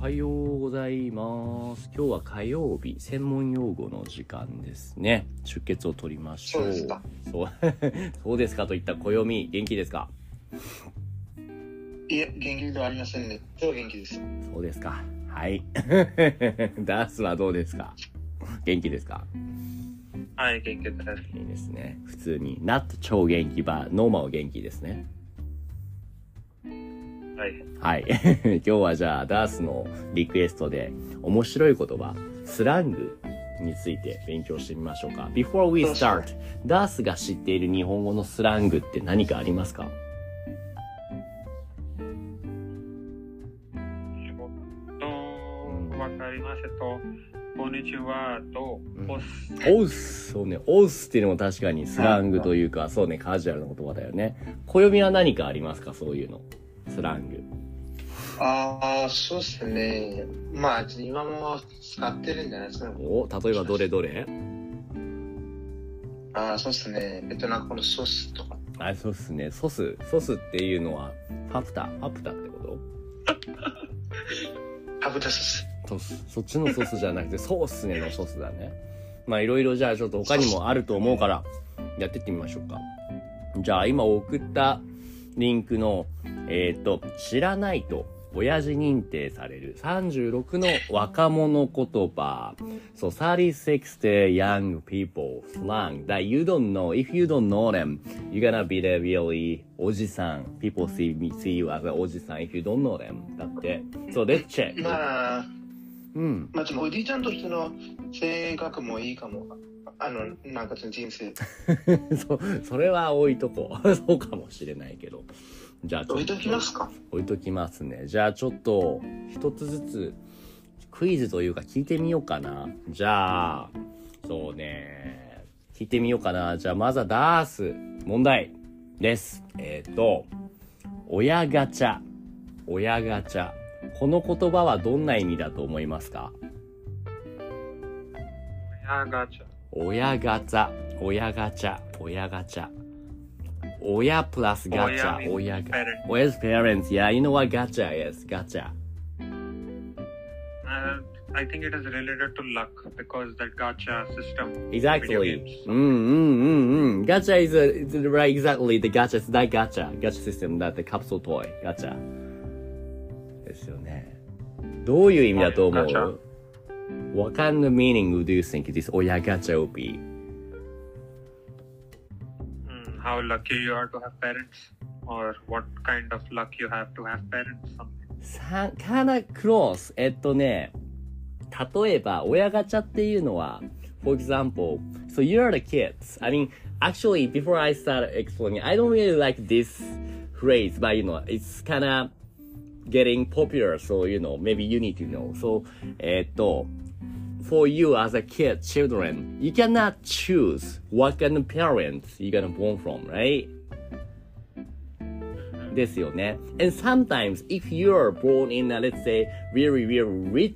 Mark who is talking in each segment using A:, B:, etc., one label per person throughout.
A: はようございます。今日は火曜日、専門用語の時間ですね。出血を取りましょう。
B: そうですか
A: そう。 そうですかといった暦、元気ですか
B: いえ、元気ではありませんね。超元気です。
A: そうですか。はい。 ダースはどうですか元気ですか
B: はい、元気です。
A: いいですね。普通に、not 超元気ば、ノーマを元気ですね。
B: はい。
A: はい。 今日はじゃあ、ダースのリクエストで、面白い言葉、スラングについて勉強してみましょうか。Before we
B: そうしよう
A: start, ダースが知っている日本語のスラングって何かありますか
C: 仕事わかりましたと、こんにちはと、おっす。
A: オウスそうね、オウスっていうのも確かにスラングというか、そうね、カジュアルな言葉だよね。暦は何かありますかそういうの。スラング。
B: ああ、そうですね。まあ、今も使ってるんじゃないですか。
A: お例えばどれどれ
B: ああ、そうですね。えっと、なんかこのソースとか。
A: あ、そうっすね。ソス。ソスっていうのは、ハプタ。ハプタってこと
B: ハブタソース。
A: ソースそっちのソースじゃなくてソースねのソースだねまあいろいろじゃあちょっと他にもあると思うからやってってみましょうかじゃあ今送ったリンクのえっ、と知らないと親父認定される36の若者言葉 So 36 the young people slang that you don't know if you don't know them you're gonna be the really おじさん people see, me, see you as a おじさん if you don't know them だって So let's check
B: まあ、
A: うん
B: まあ、でもおじいちゃんとしての性格もいいかも。あの、なんかその人生。
A: そそれは置いとこう そうかもしれないけどじゃあちょっ
B: 置いときますか。
A: 置いときますねじゃあちょっと一つずつクイズというか聞いてみようかなじゃあそうね聞いてみようかなじゃあまずはダース問題ですえっ、と親ガチャ親ガチャこの言葉はどんな意味だと思いますか
C: 親ガチャ。
A: 親ガチャ、親ガチャ、親ガチャ。親プラスガチャ、親ガ
C: 親 means
A: チャ。Where's parents? Yeah, you know what gacha is. Gacha.
C: Uh, I think it is related to luck because that gacha system.
A: Exactly.
C: Video games.
A: うんうんうんうん。Gacha is a, is a- right, exactly the gacha. It's that gacha. Gacha system that the capsule toy. Gacha. ですよね。どういう意味だと思
C: はいガチ
A: う ?What kind of meaning do you think this 親ガチャ will be?
C: Mm, how lucky you are to have parents, or what kind of luck you have to have parents. Something.
A: さん、かな、クロス。えっとね、例えば、親ガチャっていうのは、for example, so you're the kids. I mean, actually, before I start explaining, I don't really like this phrase, but you know, it's kinda getting popular, so you know, maybe you need to know. So, えっと、for you as a kid, children, you cannot choose what kind of parents you're gonna born from, right? ですよね。And sometimes, if you're born in a, let's say, very, very rich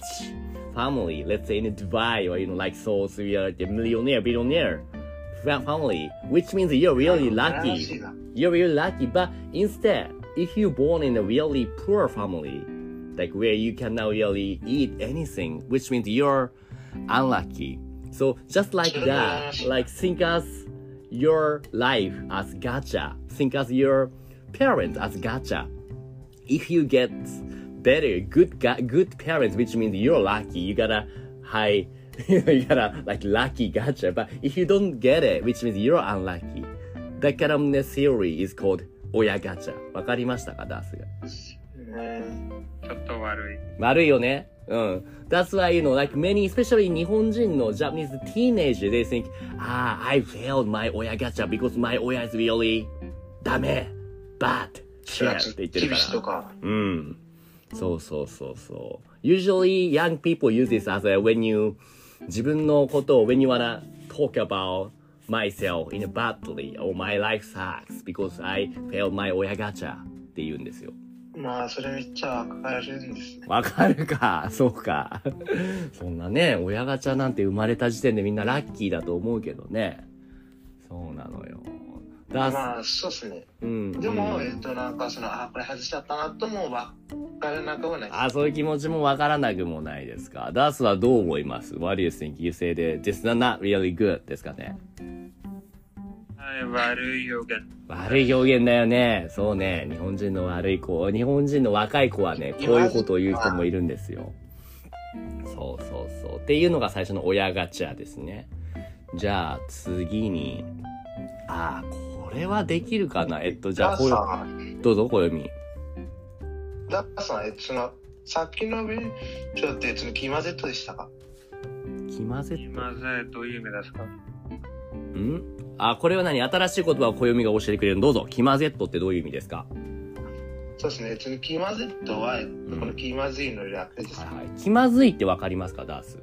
A: family, let's say in Dubai or, you know, like, so, so you're a millionaire, billionaire fa- family, which means you're really
B: 悲
A: lucky.
B: しいな
A: you're really lucky. But instead, if you're born in a really poor family, like where you cannot really eat anything, which means you're unlucky. So just like that, like think as your life as gacha, think as your parents as gacha. If you get better, good ga- good parents, which means you're lucky, you got a high, you got a like lucky gacha. But if you don't get it, which means you're unlucky. だからね、theory is called 親ガチャ。わかりましたか、ダースが。
B: うん
A: 悪いよね。うん。That's why, you know, like many, especially 日本人の Japanese teenage, they think, ah, I failed my 親ガチャ because my 親 is really ダメ bad shit って言ってるか
B: 厳しいと
A: ら。
B: か。
A: うん。そうそうそうそう。Usually young people use this as a when you 自分のことを when you wanna talk about myself in a badly or my life sucks because I failed my 親ガチャって言うんですよ。
B: まあ、それめっちゃわかるんですね。
A: わかるか、そうか。そんなね、親ガチャなんて生まれた時点でみんなラッキーだと思うけどね。そうなのよ。 That's,
B: まあ、そうですね。
A: うん。
B: でも、
A: うん
B: えっと、なんか、その、あ、これ外しちゃったなとも分からなくはないです。
A: あ、そういう気持ちもわからなくもないですか。ダースはどう思います ?What do you think? You say that this is not really good ですかね。
C: I value you again.
A: 悪い表現だよね。そうね。日本人の悪い子、日本人の若い子はね、こういうことを言う人もいるんですよ。そうそうそう。っていうのが最初の親ガチャですね。じゃあ次に、あー、これはできるかな。えっと、じゃあ、
B: ダ
A: こ
B: ー
A: う
B: さん、
A: どうぞ、小読み。
B: ダーさん、えっと、その、さっきの文章って、その、キマゼットでしたか
A: 気まぜ、
C: 今ぜどういう意味ですか
A: んあ、これは何新しい言葉を小読みが教えてくれるのどうぞ。気まぜっとってどういう意味ですか
B: そうですね。えっと、そのキマゼットは、えっとこのキマズイの略です
A: はい。はい。気まずいってわかりますか、ダース。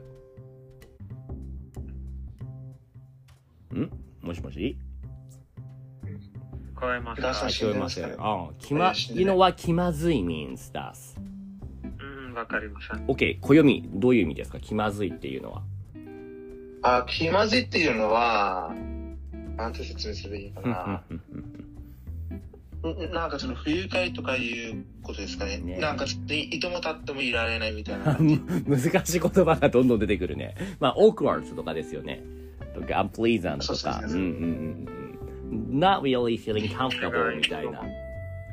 A: んもしもし
C: 聞こえます
B: ダーさ
C: か
B: ん
A: 聞こえません。
B: 死んで
A: ああ、気ま、
B: 死んでない
A: you know what 気まずい means, das.
C: うん、わかりません。
A: OK、暦、どういう意味ですか気まずいっていうのは。
B: あ、気まずいっていうのは、なんて説明すればいいのかな。んなんかその不愉快とかいうことですかね。
A: ね
B: なんかちょっといとも立ってもいられないみた いな感じ。
A: 難しい言葉がどんどん出てくるね。まあ、awkward とかですよね。とか、unpleasant とか。
B: そううんそううそう
A: う
B: ん
A: んうん。not really feeling comfortable みたいな。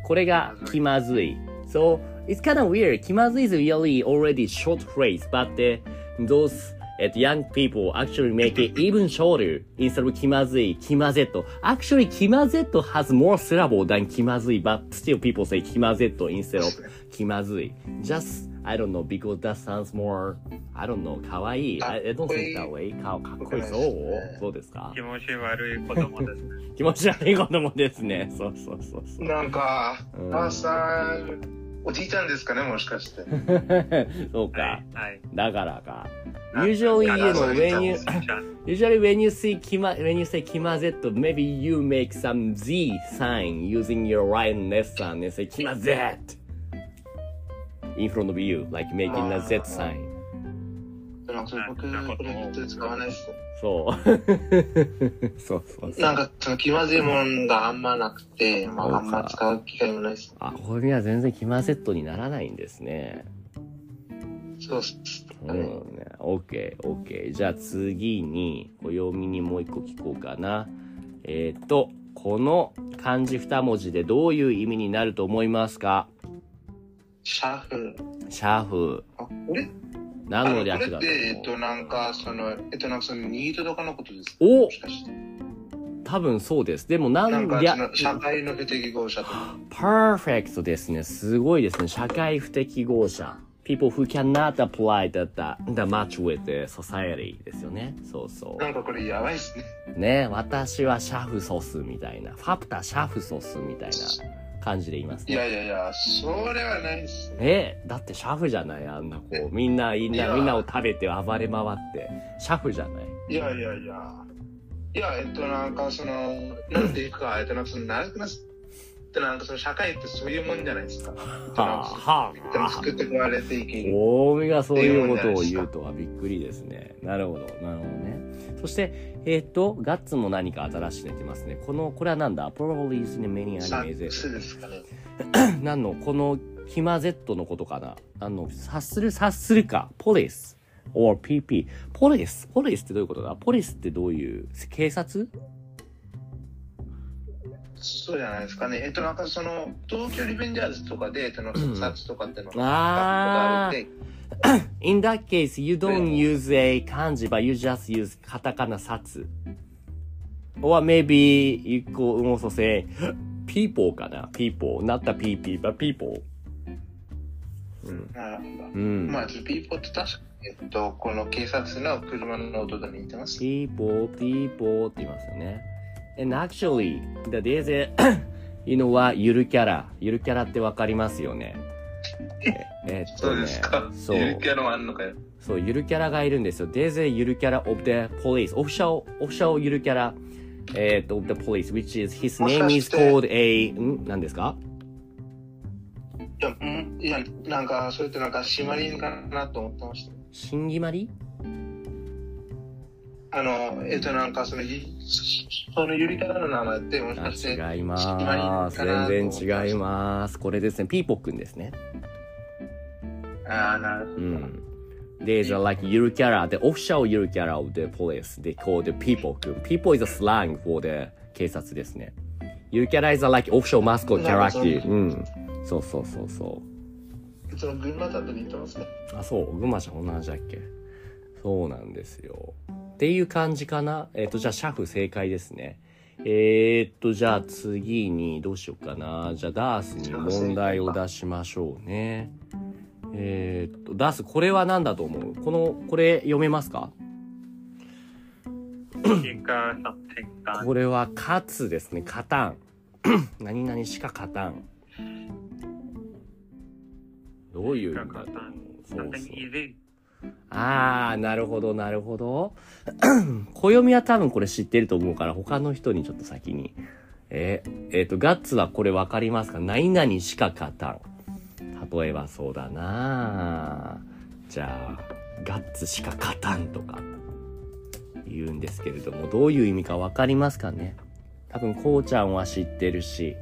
A: これが気まずい。So, it's kind of weird. 気まずい is really already short phrase, but the, those at young people actually make it even shorter instead of 気まずい、気まぜっと。Actually, 気まぜっと has more syllable than 気まずい, but still people say 気まぜっと instead of 気まずい。Just, I don't know, because that sounds more, I don't know, かわいい。I, I don't think that way. かかっこいい。そうそうですか
C: 気持ち悪い子供ですね。
A: 気持ち悪い子供ですね。そうそうそうそう。
B: なんか
A: う、ん
B: ダーさん、おじいちゃんですかね、もしかして。
A: そうか。
C: はい。はい。
A: だからか。
C: なんか
A: Usually, you
B: なん
A: know,
B: かそういう
A: when you,
B: 感
A: usually when you see kima, when you say kimazetto, maybe you make some Z sign using your right and left hand and say kimazet in front of you, like making a Z sign.
B: なんかそれ僕、これきっと使わないですね。
A: そう。そうそうそう。
B: なんかその気まずいもんがあんまなくて、まああんま使う機会もないですね。
A: あ、これには全然キマゼットにならないんですね。
B: そうっす
A: う
B: か
A: ん
B: ね。
A: ね。OK、OK。じゃあ次に、暦にもう一個聞こうかな。えっ、と、この漢字二文字でどういう意味になると思いますか
B: シャッフル。
A: シャーフ。
B: あ、これあ
A: 何の
B: のこれ
A: 略だと
B: って、えっ
A: 思
B: と、
A: う
B: なんか、その、えっと、なんか、その、ニートとかのことですか
A: お
B: もしかして。
A: 多分そうです。でも
B: なん
A: 何
B: か、そ
A: 略
B: の、社会の不適合者とか。
A: パーフェクトですね。すごいですね。社会不適合者。People who cannot apply the, the, the match with the society ですよね。そうそう。
B: なんか、これ、やばいっすね。
A: ね私はシャフソスみたいなファプタシャフソスみたいな感じで言います
B: い
A: ね
B: やいやいや、それはないっすね。
A: えだってシャフじゃないあんな子みんなみん
B: い
A: な
B: や
A: みんなを食べて暴れ回ってシャフじゃない
B: いやいやいや。いや、えっと、なんか、その、なんていうか、えっと、なんか、その、長くなす。って、なんか、その、社会ってそういうもんじゃないですか。
A: はあは
B: でも、作ってこられていける。
A: 大見がそういうことを言うとはびっくりですねなるほどなるほどねそしてえっ、とガッツも何か新しいのやってますねこのこれはなんだ Probably is in many
B: サ
A: animes
B: ックスですかね。
A: 何のこのキマ Z のことかな何の察する察するかポリス or PP ポリスポリスってどういうことだポリスってどういう警察
B: そうじゃないですかね。えっと、なんか、その、東京リベンジャーズとかで、えっと、なんか、その、サッチとかってのが、
A: あ
B: あ
A: ー
B: る
A: In that case you don't use a 漢字 but you just use カタカナ札 or maybe you could also say people かな people not the PP but people
B: なるほど。
A: うん
B: まあ、ピーポって確かに、えっと、この警察の車の音と似てます。
A: people, people って言いますよね。And actually, the days, you know what, ゆるキャラ。ゆるキャラってわかりますよね。ええっとね、そう、
B: ャラもあんのかよ。
A: そう、ゆるキャラがいるんですよ。There's a ゆるキャラ of the police, official, official ゆるキャラ、えっと、of the police, which is, his
B: もし
A: name
B: か
A: is
B: して
A: called a, ん何ですか
B: いや、んいや、なんか、それってなんか、シマリンかなと思ってました。
A: シンギマリ
B: あの、えっと、なんかその、ゆそのゆりかがの名前って、もしかして、
A: あ違います。全然違います。これですね、ピーポくんですね。
B: ああ、なるほど。
A: うん。There's a like ゆるキャラ、the official ゆるキャラ of the police. They call the people くん。people is a slang for the 警察ですね。ゆるキャラ is a like official mascot
B: なるほど
A: character. うん。そうそうそうそう。
B: その群馬だと似てますね。
A: あそう群馬じゃ同じだっけそうなんですよっていう感じかなえっ、とじゃあシャフ正解ですねえー、っとじゃあ次にどうしようかなじゃあダースに問題を出しましょうねえー、っとダースこれは何だと思うこのこれ読めますか
C: Kika something. Kan.
A: これは「勝つ」ですね「勝 たん」何々しか勝たんどういう意味だろう
C: Something
A: そうそう
C: easy.
A: ああ、なるほど、なるほど。 暦は多分これ知ってると思うから、他の人にちょっと先に。えー、えーと、ガッツはこれわかりますか何々しか勝たん。例えばそうだなじゃあ、ガッツしか勝たんとか言うんですけれども、どういう意味かわかりますかね多分、こうちゃんは知ってるし、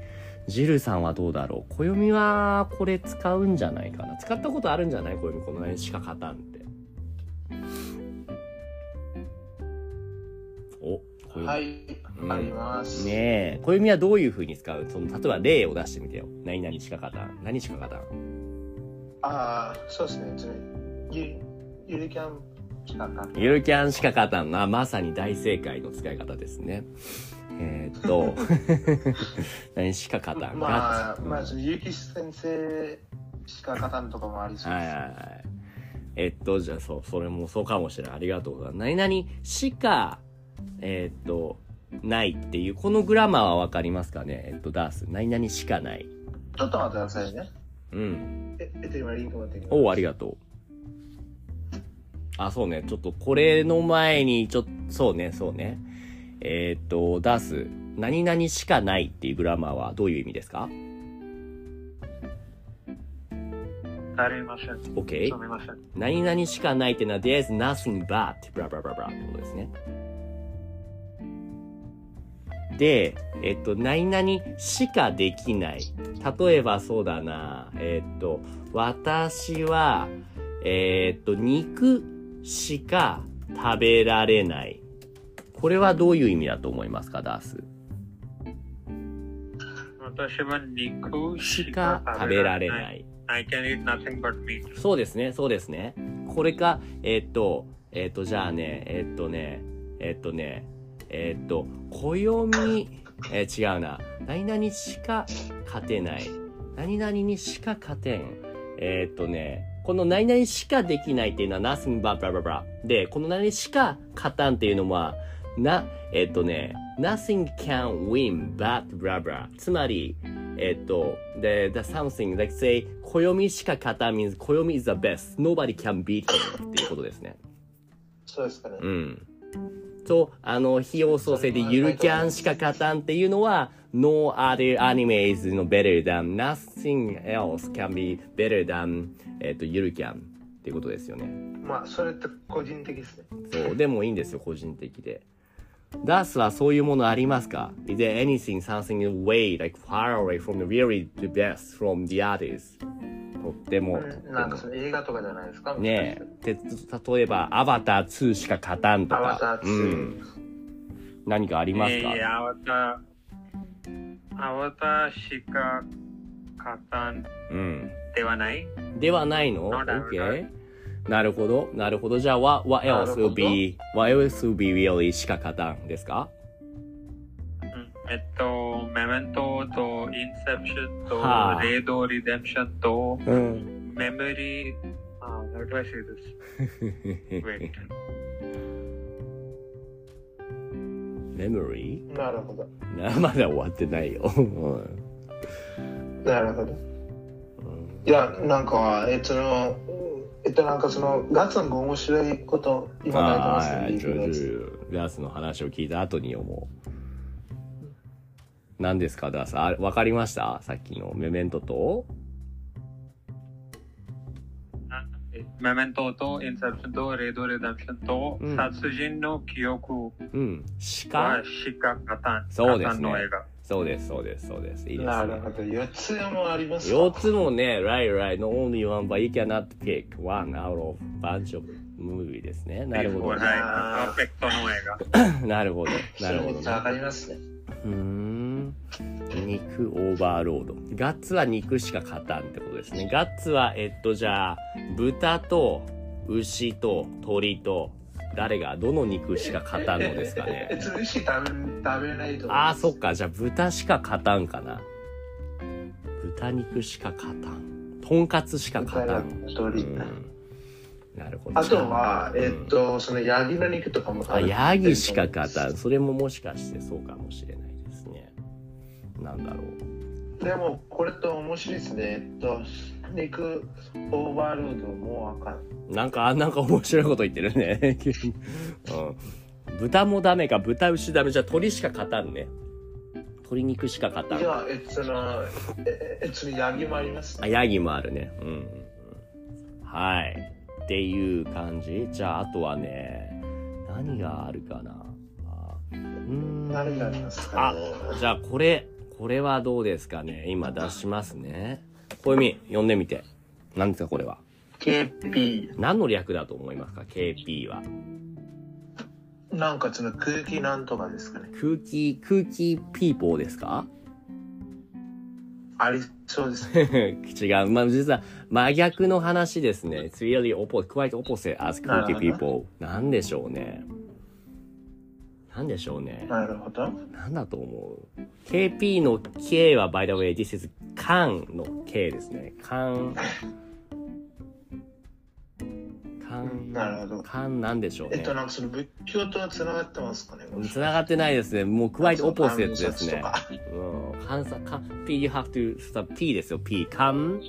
A: ジルさんはどうだろう暦はこれ使うんじゃないかな使ったことあるんじゃない暦この辺しか勝たんって。お、暦
B: はい、
A: うん
B: あります。
A: ねえ、暦はどういう風に使うその例えば例を出してみてよ。何々しか勝たん。何しか勝たん。
B: ああ、そうですね。それゆゆりキャンしかな
A: ゆるキャンしか勝たんな。まさに大正解の使い方ですね。えーっ と、何しか勝たん。
B: ま
A: ガッ
B: あ、
A: ツ
B: まあ、そのゆき先生しか勝たんとかもありそう
A: はいは
B: で
A: い
B: す。
A: はい。えっと、じゃあそう、それもそうかもしれない。ありがとうございます。何々しか、えーっと、ないっていう、このグラマーはわかりますかねえっと、ダース。何々しかない。
B: ちょっと待ってくださいね。
A: うん。
B: え、えっと、今リンク持ってきます。
A: おう、ありがとう。あ、そうね。ちょっとこれの前に、ちょっと、そうね、そうね。えーっと、ダース。何々しかないっていうグラマーはどういう意味ですか
C: Sumimasen.
A: ?OK?
C: Sumimasen.
A: 何々しかないってのは there's nothing but ブラブラブラブラってことですね。で、えっと、何々しかできない。例えばそうだな、えっと、私は、えっと、肉しか食べられない。これはどういう意味だと思いますか、ダース。
C: Watashi wa niku
A: しか食べられない。
C: I can eat nothing but meat.
A: そうですね、そうですね。これか、えーっと、えーっと、じゃあね、えーっとね、えーっとね、えーっと、暦、えー違うな。何々しか勝てない。何々にしか勝てん。えーっとね、この何々しかできないっていうのは nothing but blah blah blah。で、この何々しか勝たんっていうのは、な、えーっとね、nothing can win but blah blah。つまり、えっと、で、the something, like say, 暦しか勝たん means 暦 is the best. Nobody can beat him っていうことですね。
B: そうですかね。
A: うん。と、あの、費用創生でゆるキャンしか勝たんっていうのは、no other anime is no better than nothing else can be better than えっと、ゆるキャンっていうことですよね。
B: まあ、それって個人的ですね。
A: そうでもいいんですよ個人的でダースはそういうものありますか Is there anything something away like far away from the really the best from the others とっても
B: うんなんかその映画とかじゃないですか。
A: ねえて例えば「アバター2」しか勝たんとか
B: アバター2
A: うん、何かありますか、
C: Yeah, Avatar. Avatar Shika Katan
A: うん、
C: Devanai.
A: ではないの
C: Not that
A: ?OK? なるほどなるほどじゃあ What, what
B: な
A: else will
B: るほど
A: be what else will be really しか勝たんですか
C: Eto Memento to Inception to
A: Ha.
C: Redo Redemption to
A: うん
C: Memory. Uh, how do I say this? Wait.
A: Memory?
B: なるほど。
A: なまだ終わってないよ。うん
B: なるほど。いや、なんか、えっと、えっと、なんかその、ガッツンが面白いこと、今書いてます
A: あ
B: ね
A: あ、
B: リン
A: ジ
B: クの
A: ョ
B: やつ
A: ジュ、ダースの話を聞いた後に読もう。何ですか、ダース。あわかりましたさっきのメメントと
C: Uh, memento to inception to redo redemption to、
A: うん
C: 殺人の記憶
A: うん。しか、
C: はしか勝たん。
A: そうですね
C: 勝たんの映画。
A: そうです、そうです、そうです。いいです
B: なる
A: ね
B: ほ。ど。四つ葉もありますか
A: 4つもね、right, right, no only one, but you cannot pick one out of bunch of movie ですね。なるほ
C: Before
A: ど。
C: High
B: あー
C: パーフェクトの映画。
A: なるほど。なるほど
B: めっ
A: ね
B: ちゃわかりますね。
A: うーん肉オーバーロードガッツは肉しか勝たんってことですねガッツはえっとじゃあ豚と牛と鳥と誰がどの肉しか勝たんのですか
B: え
A: ね
B: 別に牛食べ食べないと思い
A: あ
B: ま
A: あ
B: す
A: そっかじゃあ豚しか勝たんかな豚肉しか勝たんとんかつしか勝たん
B: 豚の
A: う
B: 鳥
A: んなるほど
B: あとは、えっと、そのヤギの肉とかも
A: あ
B: る
A: ヤギしか勝たんそれももしかしてそうかもしれないですねなんだろう
B: でも、これと面白いですね。えっと、肉オーバーロードもうあかん。
A: なんか、なんか面白いこと言ってるね。 急にうん。豚もダメか、豚牛ダメじゃ、鳥しか勝たんね。鶏肉しか勝た
B: じ
A: ん。
B: ゃあ、えっと、その、ええっと、そのヤギもありますね。
A: あ、ヤギもあるね。うんうんうん。はい。っていう感じ。じゃあ、あとはね、何があるかな。あうーん。
B: 何がありますか
A: あ
B: ね。、
A: じゃあ、これ、これはどうですかね。今出しますね。小み読んでみて。何ですか、これは。
B: KP。
A: 何の略だと思いますか、KP は。
B: なんかその空気なんとかですかね。
A: 空気、空気ピーポーですか
B: ありそうですね。
A: 違う。まあ、実は真逆の話ですね。It's really opposite, quite opposite as
B: な
A: cookie
B: るほ
A: people. なんでしょうね。なんでしょうね。
B: なるほど。
A: なんだと思う ?KP の K は by the way, this is カンの K ですね。カン。カン。
B: なるほど。
A: カンなんでしょう
B: えっ
A: ね
B: と、。なんかその仏教とは繋がってますかね。
A: 繋がってないですね。もう quite
B: そう
A: opposite ですね
B: 観。察とか
A: うん。関西、か、P, you have to, stop P ですよ、P。カン、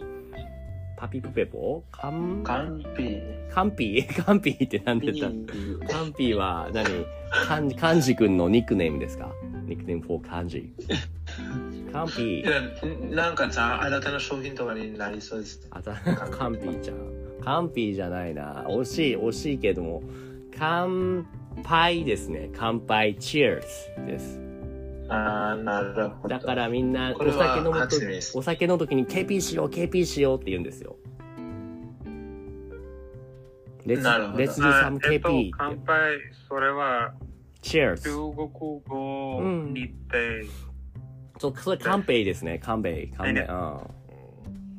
A: パピプペポカン、
B: カンピー。
A: カンピー カンピーって何で言っ
B: ピー
A: たカンピーは何、カン、カンジ君のニックネームですかニックネーム for カンジ。カンピ
B: い
A: ー。
B: やなんかさ、新たな商品とかになりそうですね。
A: あた、カンピーちゃん。カンピーじゃないな。惜しい、惜しいけども。乾杯ですね。乾杯、cheers です。
B: あー、なるほど。
A: だからみんな
B: こ
A: お
B: れは
A: 酒飲む
B: 初めてです
A: とお酒の時に KP しよう KP しようって言うんですよ。Let's,
B: なるほど
A: let's do
C: あ
A: some
C: えっと
A: KP.
C: 乾杯、それは中
A: Cheers.
C: 国語にて、
A: そう、それ乾杯ですね。乾杯、乾杯。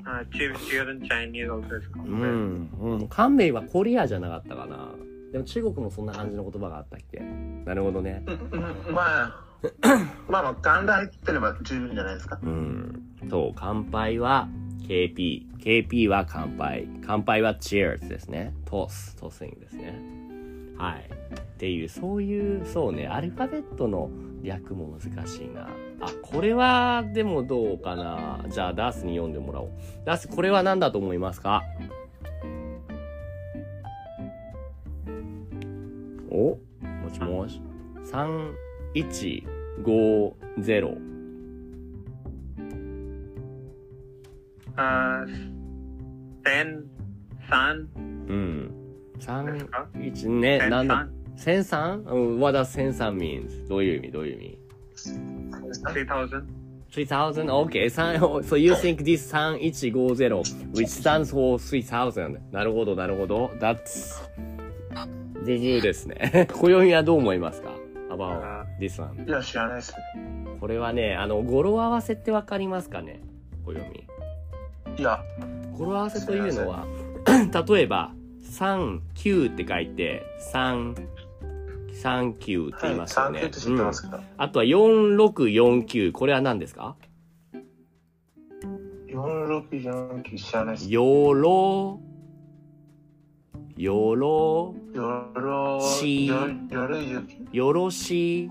C: あ、チームチューンチャイニーズオーですか。
A: うん。うん。うん乾杯はコリアじゃなかったかな。でも中国もそんな感じの言葉があったっけなるほどね。
B: うん うんまあ、まあまあ、ガンダ入ってれば十分じゃないですか。
A: うん。そう、乾杯は KP。KP は乾杯。乾杯は Cheers ですね。トス、トスイングですね。はい。っていう、そういう、そうね、アルファベットの略も難しいな。あ、これは、でもどうかな。じゃあ、ダースに読んでもらおう。ダース、これは何だと思いますかおもしもし。3、1、5、0。
C: あ、千三
A: うん。三
C: ですか
A: 一ね、
C: 千
A: なんだ
C: 三。
A: 千三うん、what does 千三 means? どういう意味どういう意味
C: 3000
A: ?3000? Okay, 三 so you think this 3150 which stands for 3000? なるほど、なるほど。That's ブブーですね。 暦はどう思いますか about this one?
B: いや、知らないですね。
A: これはね、あの、語呂合わせってわかりますかね暦。
B: いや、
A: 語呂合わせというのは例えば「三九」って書いて「三三九」って
B: は
A: 言い
B: い、
A: ますよ
B: 3
A: ね、
B: 級って知ってますけど、
A: うんあとは「四六四九」これは何ですか
B: 46、49知らないです。よ
A: よろよろ
B: ろ、
A: し
B: よよろゆき。
A: よろしい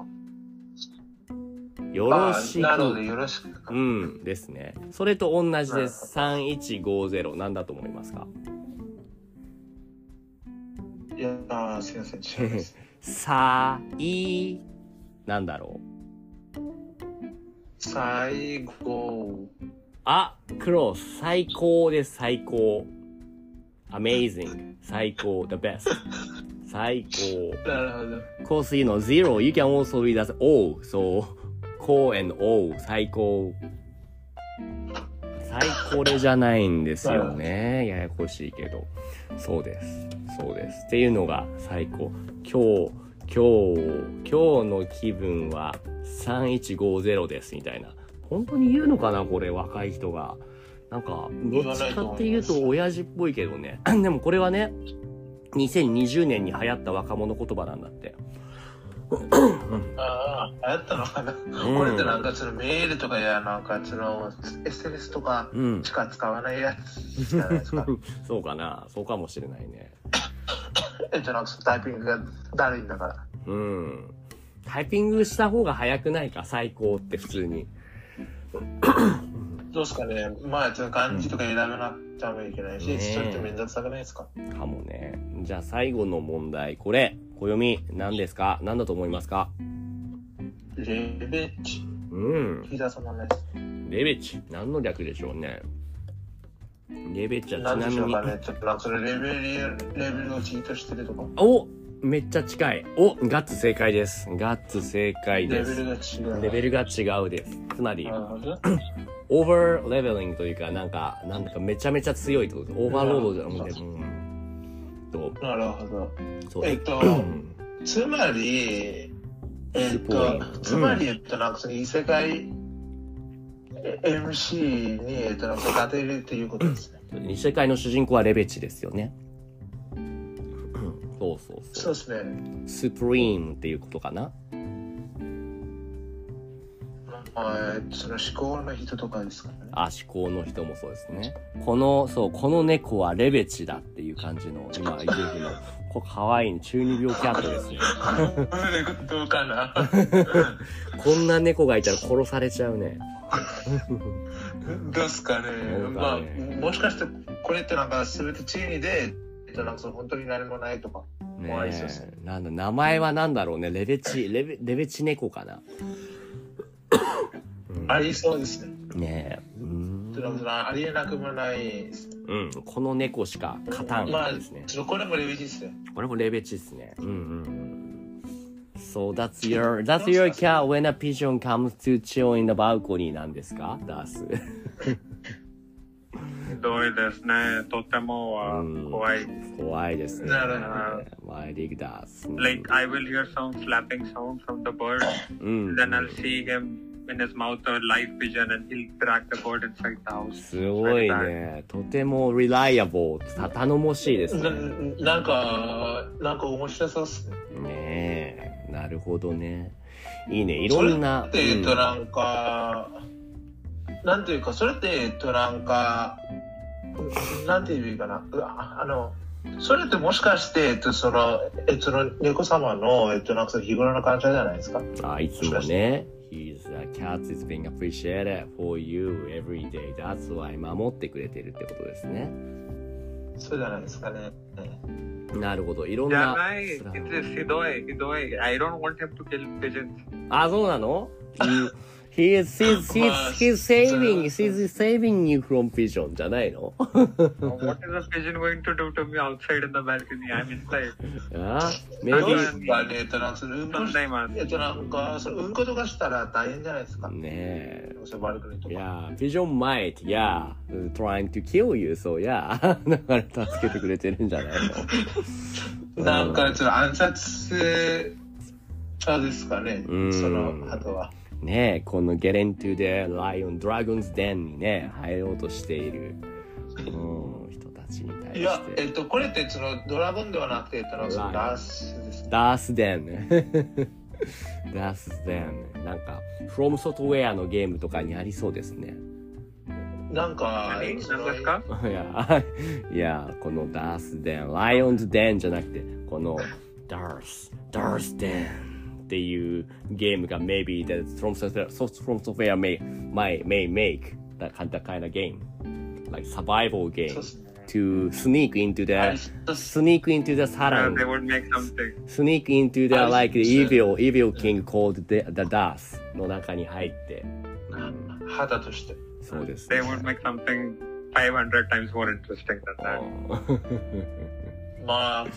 A: よろし
B: あなので、
A: く
B: よろしく。
A: うんですねそれと同じ
B: なる
A: で
B: ほど
A: す3150なんだと思いますか
B: いや、あーすいません、知らない です。
A: さいなんだろう
B: 最後、
A: あ、クロス、最高です、最高。 amazing 最高 the best 最高
B: なるほど。
A: cos you know zero you can also read as O so こう and O 最高最高れじゃないんですよねややこしいけどそうですそうですっていうのが最高今日今日今日の気分は3150ですみたいな本当に言うのかなこれ若い人がなんかどっちかっていうと親父っぽいけどね でもこれはね2020年に流行った若者言葉なんだって
B: ああ、流行ったのかな、
A: ん
B: これってなんかそのメールとかや、なんかその SNS とか
A: うん
B: しか使わないやつじゃないですか。
A: そうかなそうかもしれないね
B: えっと、なんかそのタイピングがだるいんだから。
A: うんタイピングした方が早くないか最高って普通に
B: どうですかね、まあ、ちょっと漢字とか選べなくてもいけないし、
A: ねえ
B: ちょっと面倒くさくないですか。
A: かもねじゃあ最後の問題これ暦何ですか何だと思いますか
B: レベッチ、
A: うん
B: ひざ様です。
A: レベチ何の略でしょうねレベチは
B: な
A: ち
B: ん
A: な
B: で
A: み
B: しょう
A: に
B: かね、ちょっとなんかそのレベル、レベルをチートしてるとか、
A: おめっちゃ近いおガッツ正解ですガッツ正解で
B: レベ
A: す
B: ルが違う。
A: レベルが違うですつまり
B: なるほど。
A: オーバーレベリングというか、なんか、なんだかめちゃめちゃ強いってこと。オーバーロードじゃなくて、うん。と、
B: なるほど。
A: そう。
B: えっと、
A: うん
B: つまり、えっ
A: ス
B: と
A: ポーン、
B: つまり、えっと、なんかその異世界え MC に、えっと、なんか勝てるっていうことですね。
A: 異世界の主人公はレベチですよ ね。そうそう
B: そ
A: そうう。
B: ですね。
A: スプリームっていうことかな。
B: まあ、えっとその思考の人とかですからね。
A: あ、思考の人もそうですね。この、そう、この猫はレベチだっていう感じの、今、イデフ の、こう、かわいい、中二病キャット ですね。
B: どうかな
A: こんな猫がいたら殺されちゃうね。
B: どうすかね
A: どう
B: ま
A: か
B: あ、
A: ね
B: もしかして、これってなんか全て地位で、えっと、なんかその本当に何もないとか。
A: ね
B: かわいそうです
A: えなんだ名前はなんだろうねレベチレベレベチ猫かな
B: ありそうですね。
A: ねえうーん
B: えっとなんかそのありえなくもないですね。
A: うんこの猫しか勝た
B: まあ
A: んですね、
B: ちょっとこれもレベルですね。
A: これもレベチですねうんうんうん So that's your that's your cat when a pigeon comes to chill in the balcony なんですかダース
C: ひどいですね。とてもは
A: うん
C: 怖い。
A: 怖いですね
B: なる
A: マイリーダース
C: Like I will hear some flapping sound from the bird.
A: うん
C: Then I'll see him in his mouth a live pigeon and he'll drag the bird inside the house.
A: すごいねとても reliable 頼もしいです
B: な
A: ね
B: なんか、なんか面白そうっすね。
A: ねえなるほどねいいねいろんな
B: それって、えっと、
A: う
B: なんか、なんていうか、それって、えっと、なんか、なんていうかな、うわあの、それってもしかして、えっと、その、えっと、その猫様の、えっと、なんかその日頃の感謝じゃないですか。
A: んあいつもね He's a cat is being appreciated for you every day That's why 守ってくれてるってことですね
B: そうじゃないですかね。
A: なるほどいろん
C: じゃ
A: な
C: ない、
A: スラム
C: It is ひどい、ひどい。I don't want him to kill pigeons.
A: あそうなの You- He is, he's, he's,
B: まあ
A: he's saving, he's saving you from pigeon じゃないの
C: What is a pigeon going to do to me outside in the balcony? I'm inside.
A: あ
B: どう
A: maybe
B: ですかね、えっと、なんかその、うんこし
C: Sometimes.
B: えっと、なんか、そのうんことかしたら大変じゃないですか。
A: ねえ
B: その悪くないとか。
A: Yeah, Pigeon might, yeah, trying to kill you, so yeah. だから助けてくれてるんじゃないの
B: なんかちょっと暗殺者ですかね、
A: うん
B: その後は。
A: ねえ、このゲレントゥでライオン、ドラゴンズデンにね、入ろうとしている、うん、人たちに対
B: いや
A: し、
B: え
A: て。
B: っと、これってそのドラゴンではなくて、えっと、なんかそ
A: ライオン
B: のダースですね。
A: ダースデ ン。ダースデン。なんか、From Software のゲームとかにありそうですね。
B: なんか、
C: 何
B: その
C: 何ですか
A: いや、 いや、このダースデン、ライオンズデンじゃなくて、このダース、ダースデンっていうゲームが maybe that from software, from software may, may, may make that kind of, kind of game. Like survival
B: そう
A: game
B: っすね
A: to sneak into
B: あり
A: the,
B: そうっす
A: sneak into the
C: Uh, they
A: saran,
C: would make something.
A: sneak into the
B: あ
A: like the
B: そ
A: evil,
B: う
A: evil king called the, the dust の中に入って。
B: 肌として。
A: そうです、
C: They would make something 500 times more interesting than that.
B: まあ、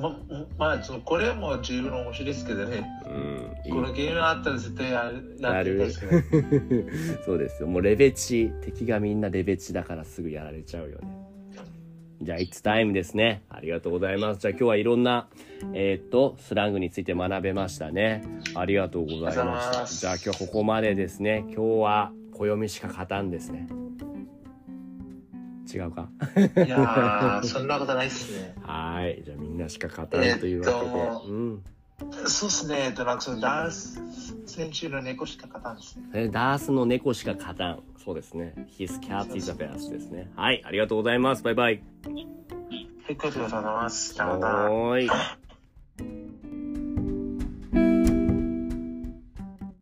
B: ま、まあ、ちょこれも自由の面白いですけどね。
A: うんいい
B: このゲームあったら絶対やる
A: な
B: やってた
A: る
B: ですけど。
A: そうですよもうレベチ敵がみんなレベチだからすぐやられちゃうよねじゃあ It's time ですねありがとうございますじゃあ今日はいろんなえーっとスラングについて学べましたねありがとうござい
B: ありがとうご
A: ま
B: ざ
A: し
B: い
A: た
B: ます
A: じゃあ今日ここまでですね今日は暦しか勝たんですね違うか
B: いやー、そんなことないっすね。
A: はいじゃあみんなしか勝たんというわけで、
B: えーっと
A: うん
B: そうっすね、えっと、なんかそのダンス、先週の猫しか勝たんですね。
A: えーダースの猫しか勝たんそうですね His cat is the best ですねはいありがとうございますバイバイ
B: ということでございます。じゃあまた。
A: はーい。